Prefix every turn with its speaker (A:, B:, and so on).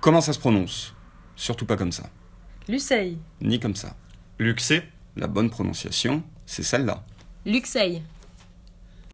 A: Comment ça se prononce Surtout pas comme ça.
B: Luceil.
A: Ni comme ça.
C: Luxé.
A: La bonne prononciation, c'est celle-là.
B: Luxeil.